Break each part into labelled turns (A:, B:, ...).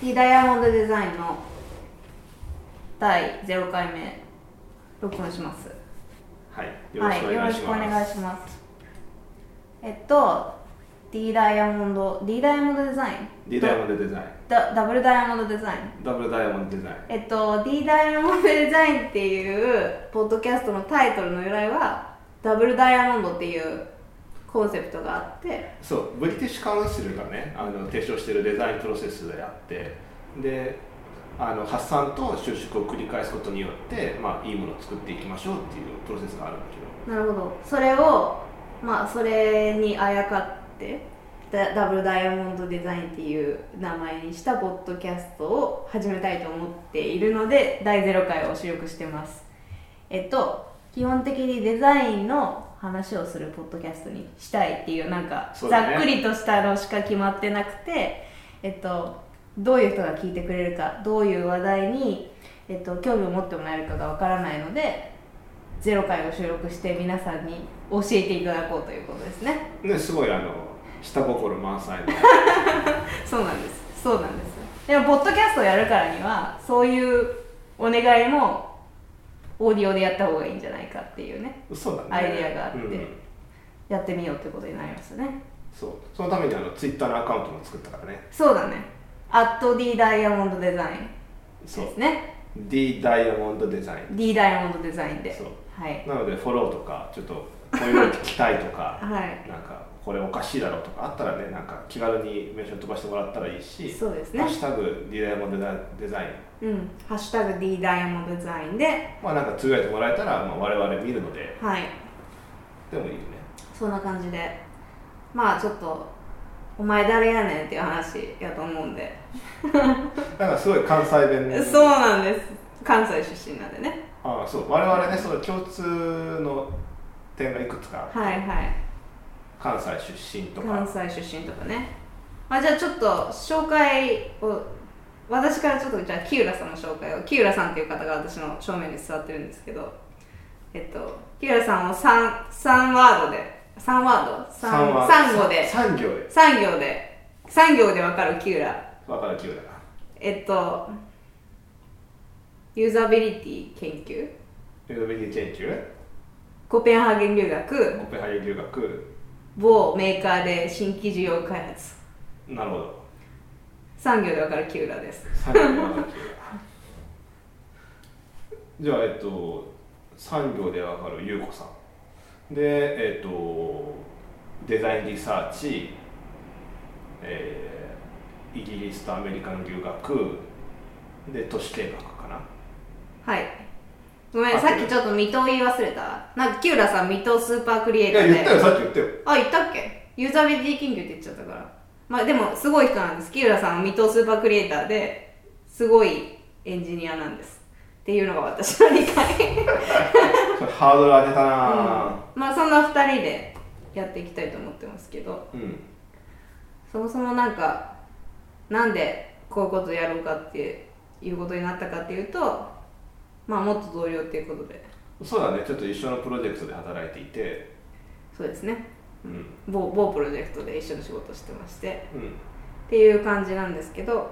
A: T ダイヤモンドデザインの第0回目録音します
B: はい、よろしくお願いし
A: はい、よろしくお
B: ま
A: 願い
B: す。
A: しますえっと D ダイヤモンド D ダイヤモンドデザイン
B: D ダイヤモンドデザイ
A: ダダブルダイヤモンドデザイン
B: ン、ダブルダイヤモンドデザイン。
A: えっと D ダイヤモンドデザインっていうポッドキャストのタイトルの由来はダブルダイヤモンドっていうコンセプトがあって
B: そう、ブリティッシュカウンシルがね、あの提唱しているデザインプロセスであって、で、あの発散と収縮を繰り返すことによって、まあいいものを作っていきましょうっていうプロセスがあるんだけ
A: なるほどそれをまあそれにあやかってダダブルダイヤモンドデザインっていう名前にしたポッドキャストを始めたいと思っているので第0回を収録してますえっと基本的にデザインの話をするポッドキャストにしたいっていうなんか
B: そう
A: ざ
B: だね
A: っくりとしたのしか決まってなくてえっとどういう人が聞いてくれるかどういう話題に、えっと、興味を持ってもらえるかがわからないのでゼロ回を収録して皆さんに教えていただこうということですね
B: ど。ね、すごいあの下心満載の。
A: そうなんですそうなんですでもポッドキャストをやるからにはそういうお願いもオーディオでやった方がいいんじゃないかっていうね
B: そうだね。
A: アイデアがあって
B: うん
A: やってみようってことになりますね
B: そう、そのためにあのツイッターのアカウントも作ったからね。
A: そうだねアット D ダイヤモンドデザイン
B: そう
A: ですね
B: D ダイヤモンドデザイン。
A: D ダイヤモンドデザインで
B: そう
A: はい
B: なのでフォローとかちょっとこういうの聞きたいとか
A: はい
B: なんかこれおかしいだろうとかあったらねなんか気軽にメンション飛ばしてもらったらいいし
A: そうですね
B: ハッシュタグリレーモンデザデザイン
A: うん「ハッシュタグ #D ダイヤモンドデザインで」
B: まあなんかつぶやいてもらえたら、まあ、我々見るので
A: はい
B: でもいいよね
A: そんな感じでまあちょっと「お前誰やねん」っていう話やと思うんで、
B: なんかすごい関西弁
A: そうなんです関西出身なんでね
B: ああそう我々ねその共通の点がいくつか
A: はいはい
B: 関西出身と
A: 関
B: か
A: 西出身とかね、まあ、じゃあちょっと紹介を私からちょっとじゃあ木浦さんの紹介を木浦さんっていう方が私の正面に座ってるんですけどえっと木浦さんを 3, 3ワードで3ワード
B: 三は
A: 3, 3語で
B: 三行で
A: 3行で3行で分かる木浦
B: 分かる気だな
A: えっと、ユーザビリティ研究、
B: ユービリ研究
A: コペンハーゲン留学
B: コ、ペンハーゲン留学
A: 某メーカーで新規事業開発、
B: なるほど
A: 産業でわかるキューラです。
B: 産業の話じゃあえっと産業でわかる優子さんでえっとデザインリサーチ、えーイギリスとアメリカの留学で都市計画かな
A: はい。ごめん、
B: あ
A: さっきちょっと水戸を言い忘れた。なんかキューラさん、水戸スーパークリエイ
B: い
A: タ
B: や
A: ー
B: 言ったよ
A: で。
B: さっき言 ったよ
A: あ、言ったっけユーザビリティ研究って言っちゃったから。まあでも、すごい人なんです。キューラさんは水戸スーパークリエイターで、すごいエンジニアなんです。っていうのが私の理解。
B: それハードル上げたな
A: まあそんな2人でやっていきたいと思ってますけど
B: うん、
A: そもそもなんかなんでこういうことやろうかっていうことになったかっていうとまあ元同僚っていうことで
B: そうだねちょっと一緒のプロジェクトで働いていて
A: そうですね
B: うん
A: 某某プロジェクトで一緒に仕事してまして
B: うん
A: っていう感じなんですけど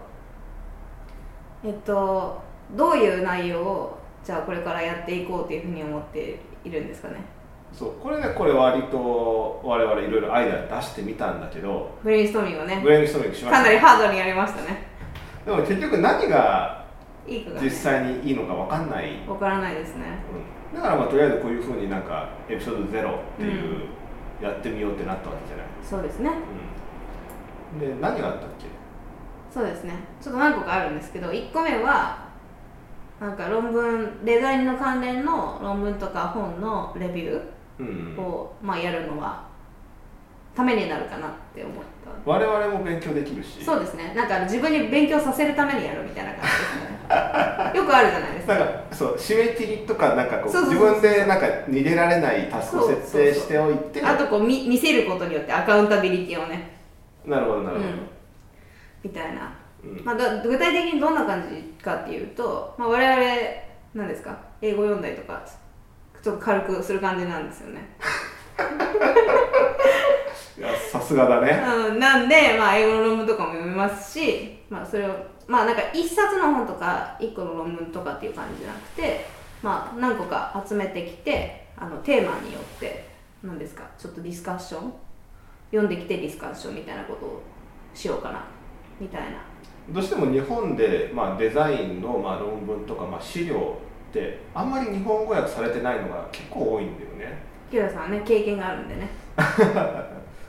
A: えっとどういう内容をじゃあこれからやっていこうというふうに思っているんですかね
B: そうこれねこれ割と我々いろいろアイデア出してみたんだけど
A: ブレインストーミングをね
B: ブレインストーミングしま
A: か
B: し
A: な
B: た
A: り
B: ね
A: ハードにやりましたね
B: でも結局何が
A: いい子がね
B: 実際にいいのか分かんない、うん
A: わからないですね
B: だからまあとりあえずこういうふうになんかエピソードゼロっていう、やってみようってなったわけじゃない、
A: そうですね
B: うん、で何があったっけ
A: そうですねちょっと何個かあるんですけど1個目はなんか論文デザインの関連の論文とか本のレビュ
B: うん
A: ー
B: うん
A: を、まあ、やるのはためになるかなって思っ
B: 我々も勉強できるした
A: そうですねなんか自分に勉強させるためにやるみたいな感じですねよくあるじゃないです
B: な
A: か
B: んかそう締め切りとかなんかこう
A: そうそうそう
B: 自分でなんか逃げられないタスクを設定しておいて
A: あとこう見見せることによってアカウンタビリティをね
B: なるほどなるほど、
A: みたいな
B: うん
A: まあ、だ具体的にどんな感じかっていうと、まあ、我々なんですか英語読んだりとかちょっと軽くする感じなんですよね、
B: いやさすがだね
A: うん、なんで、まあ、英語の論文とかも読みますし、まあ、それをまあなんか一冊の本とか一個の論文とかっていう感じじゃなくてまあ何個か集めてきてあのテーマによって何ですかちょっとディスカッション読んできてディスカッションみたいなことをしようかなみたいな
B: どうしても日本で、まあ、デザインの、まあ、論文とか、まあ、資料ってあんまり日本語訳されてないのが結構多いんだよね。
A: キュラさんはね経験があるんでね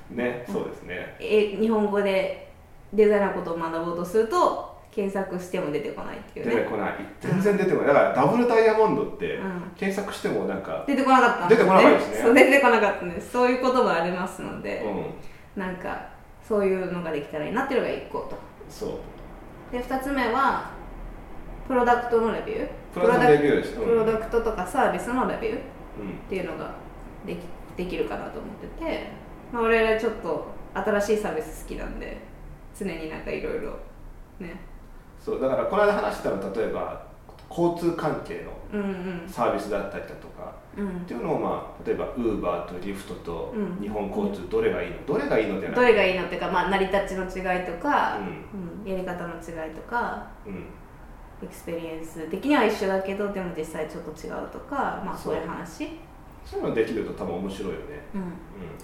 B: ね、そうですね。
A: え日本語でデザインのことを学ぼうとすると検索しても出てこないってい
B: 出
A: う
B: て
A: ね
B: こない。全然出てこない。だからダブルダイヤモンドって
A: うん
B: 検索してもなんか、
A: 出てこなかったん
B: 出てこなかったですね
A: そう出てこなかったんですそういうこともありますの
B: う
A: で、
B: ん、
A: なんかそういうのができたらいいなっていうのが1個と
B: そう。
A: で2つ目はプロダクトのレビュー
B: プロダクトレビ
A: ュ
B: ューです。
A: ー
B: うん
A: プロダクトとかサービスのレビューっ
B: うん
A: ていうのができできるかなと思ってて、まあ、俺らちょっと新しいサービス好きなんで常になんかいろいろね
B: そうだからこの間話したの例えば交通関係の
A: うんうん
B: サービスだったりだとか
A: うん
B: っていうのを、まあ、例えばウーバーとリフトと
A: うん
B: 日本交通どれがいいのどれがいいのでは
A: ど
B: ない、
A: れがいいのっていうか、まあ、成り立ちの違いとか、うんやり方の違いとか
B: うん、
A: エクスペリエンス的には一緒だけどでも実際ちょっと違うとか、まあ、そういう話
B: そういうのできると多分面白いよね、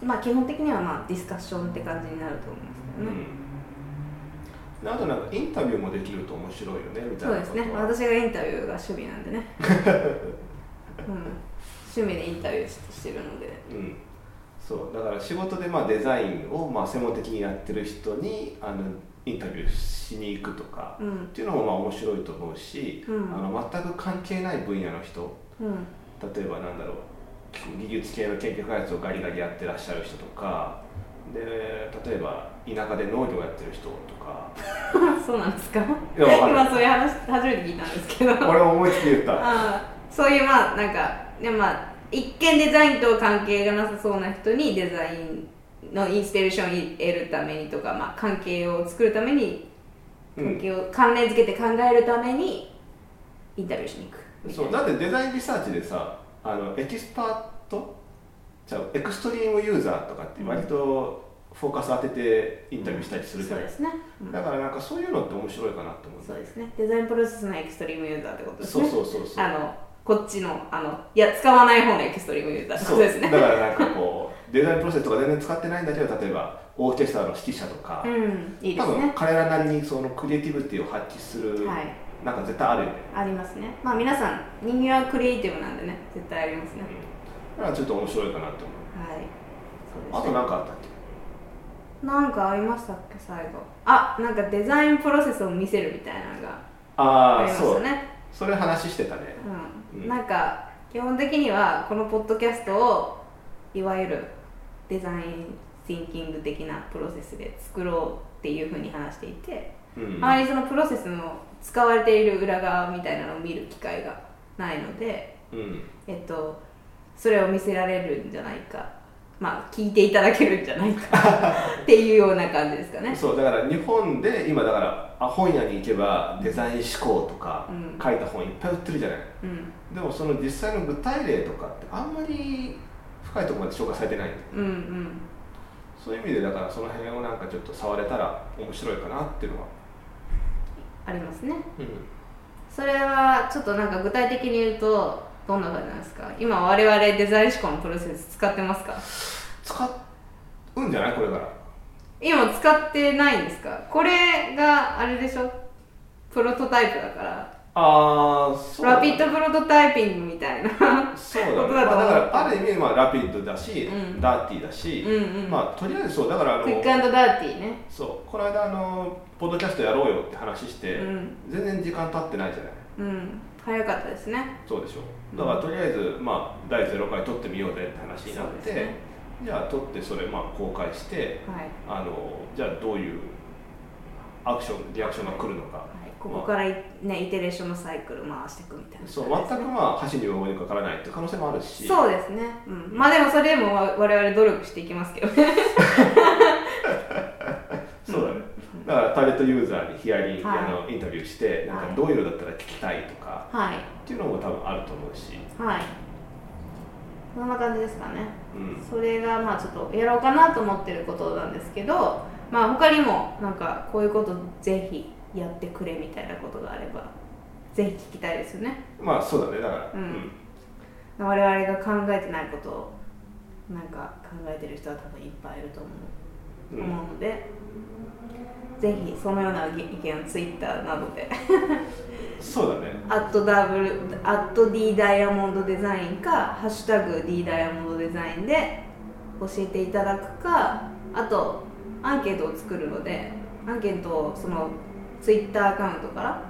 A: うんまあ基本的にはまあディスカッションって感じになると思
B: うん
A: うんです
B: うん、あとなんかインタビューもできると面白いよねみ
A: け
B: たい
A: どね、
B: な
A: そう
B: と
A: で
B: は
A: すね私がインタビューが趣味なんで ね、うん、趣味でインタビューししてるので
B: うん、そうだから仕事でまあデザインをまあ専門的にやってる人にあのインタビューしに行くとか
A: う
B: っ
A: ん
B: ていうのもまあ面白いと思うし、
A: うん
B: あの全く関係ない分野の人
A: うん
B: 例えばなんだろう技術系の研究開発をガリガリやってらっしゃる人とかで例えば田舎で農業やってる人とか
A: そうなんですか
B: いやわかんない
A: 今そういう話初めて聞いたんですけど
B: 俺思いつき言った
A: あーそういうまあなんかでもまあ一見デザインとは関係がなさそうな人にデザインのインスピレーションを得るためにとか、まあ、関係を作るために
B: うん
A: 関係を関連づけて考えるためにインタビューしに行くみた
B: そ
A: いうな
B: だってデザインリサーチでさあのエキスパートじゃあエクストリームユーザーとかって割とフォーカス当ててインタビューしたりするじ
A: そ
B: ゃ
A: う
B: ない、
A: ですね、うん
B: だからなんかそういうのって面白いかなと思う
A: そうですねデザインプロセスのエクストリームユーザーってことです
B: そう
A: ね
B: そうそうそう
A: あのこっちのあのいや使わない方のエクストリームユーザーってこ
B: そう
A: とですね
B: だからなんかこうデザインプロセスとか全然使ってないんだけど例えばオーケストラの指揮者とか、
A: うんいいで
B: 多
A: す
B: 分
A: ね
B: 彼らなりにそのクリエイティブティを発揮する、
A: はい
B: なんか絶対あるよね、
A: ありますねまあ皆さん人間はクリエイティブなんでね絶対ありますね、
B: うん、だからちょっと面白いかなと思う
A: はい
B: あ
A: そうです
B: と
A: ね
B: 何かあったっけ
A: なんかありましたっけ最後あなんかデザインプロセスを見せるみたいなのがあ
B: あ
A: り
B: あ
A: まし
B: そ
A: た
B: う
A: ね
B: それ話してたね
A: う
B: うん
A: ん、なんか基本的にはこのポッドキャストをいわゆるデザインシンキング的なプロセスで作ろうっていうふうに話していて、
B: うん
A: あまりそのプロセスの使われている裏側みたいなのを見る機会がないので、
B: うん
A: えっと、それを見せられるんじゃないかまあ聞いていただけるんじゃない かっていうような感じですかね。
B: そうだから日本で今だからあ本屋に行けばデザイン思考とか
A: うん
B: 書いた本いっぱい売ってるじゃない、
A: うん
B: でもその実際の具体例とかってあんまり深いところまで紹介されてないんだよ
A: うんうん
B: そういう意味でだからその辺をなんかちょっと触れたら面白いかなっていうのは、
A: ありますね。
B: うん
A: それはちょっとなんか具体的に言うとどんな感じなんですか今我々デザイン思考のプロセス使ってますか
B: 使うんじゃないこれから
A: 今使ってないんですかこれがあれでしょプロトタイプだから
B: ああそ
A: ラピッドプロトタイピングみたいな
B: そう
A: こ
B: だ,、
A: と
B: ま
A: だ
B: あ、だ
A: と思う
B: からある意味、まあ、ラピッドだし、
A: うん
B: ダーティーだし、
A: うんうん
B: まあとりあえずそうだからあの
A: クイックダーティーね
B: そうこの間あのポッドキャストやろうよって話して、
A: うん
B: 全然時間経ってないじゃない
A: うん早かったですね
B: そうでしょだからとりあえず、まあ、第0回撮ってみようぜって話になっ
A: そうで
B: て、
A: すね
B: じゃあ撮ってそれ、まあ、公開して
A: はい、はい、
B: あのじゃあどういうアクションリアクションが来るのか、
A: ここからいねイテレーションのサイクル回していくみたいな感じです
B: そう
A: ね、
B: 全くまあ箸にも棒にもかからないって可能性もあるし
A: そうですね、うん、まあでもそれでも我々努力していきますけどね
B: そうだね。だからターゲットユーザーにヒアリング、
A: はい
B: あのインタビューして、なん
A: は
B: か
A: い
B: どういうのだったら聞きたいとか
A: はい
B: っていうのも多分あると思うし、
A: はいそんな感じですかね
B: うん、
A: それがまあちょっとやろうかなと思ってることなんですけどまあ他にもなんかこういうことぜひやってくれみたいなことがあればぜひ聞きたいですよね
B: まあそうだねだから
A: うん我々が考えてないことをなんか考えてる人は多分いっぱいいると思
B: う
A: う,、
B: んうん
A: 思うのでぜひそのような意見をツイッターなどで
B: そうだね
A: アットダブル、アット D ダイヤモンドデザインか、ハッシュタグ D ダイヤモンドデザインで教えていただくか、あと、アンケートを作るので、アンケートをそのツイッターアカウントから、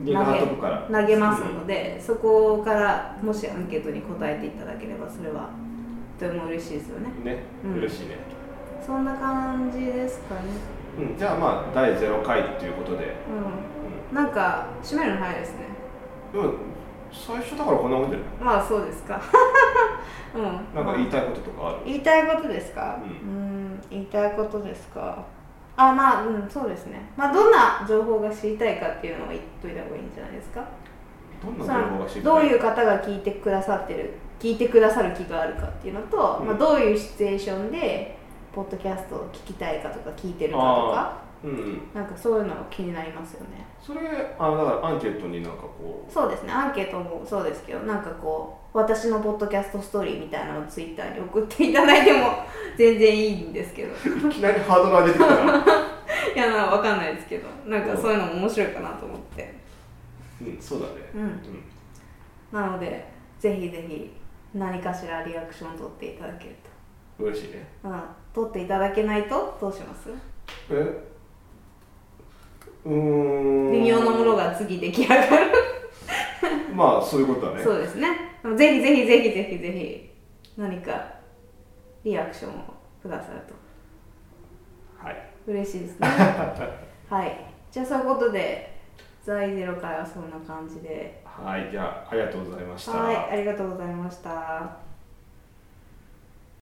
A: え
B: リンク貼っとくから
A: 投げ投げますので、そこからもしアンケートに答えていただければ、それはとても嬉しいですよね。
B: ね
A: うん
B: 嬉しいね、
A: そんな感じですかね。
B: うん、じゃあまあ第0回っていうことで、
A: うん。なんか、締めるの早いですね。
B: うん、でも最初だからこんなもんじゃない
A: まあそうですか。 うん。
B: なんか言いたいこととかある
A: 言いたいことですか。
B: うん
A: ん。言いたいことですか。あ、まあ、うん、そうですね。まあ、どんな情報が知りたいかっていうのを言っといた方がいいんじゃないですか。
B: どんな
A: そ
B: 情報が知り
A: の
B: たい
A: どういう方が聞いてくださってる、聞いてくださる気があるかっていうのと、
B: うん
A: まあ、どういうシチュエーションで。ポッドキャストを聞きたいかとか、聞いてるかとか、
B: うんうん
A: なんかそういうのが気になりますよね。
B: それあだからアンケートになんかこ
A: そうですねアンケートもそうですけどなんかこう私のポッドキャストストーリーみたいなのをツイッターに送っていただいても全然いいんですけど いう
B: いきなりハードル上げてくるか ら
A: やまあわかんないですけどなんかそういうのも面白いかなと思って
B: うんそうだね
A: うんなのでぜひぜひ何かしらリアクションを取っていただける
B: うん嬉しいね
A: と、うん、取っていただけないとどうします
B: えうーん
A: 微妙なものが次出来上がる、
B: まあそういうことだね
A: そうですねでもぜひぜひぜひぜひぜひ何かリアクションをくださると
B: はい
A: 嬉しい ですねはいじゃあそういうことで「在ゼロ回はそんな感じで
B: はいじゃあありがとうございました
A: はいありがとうございました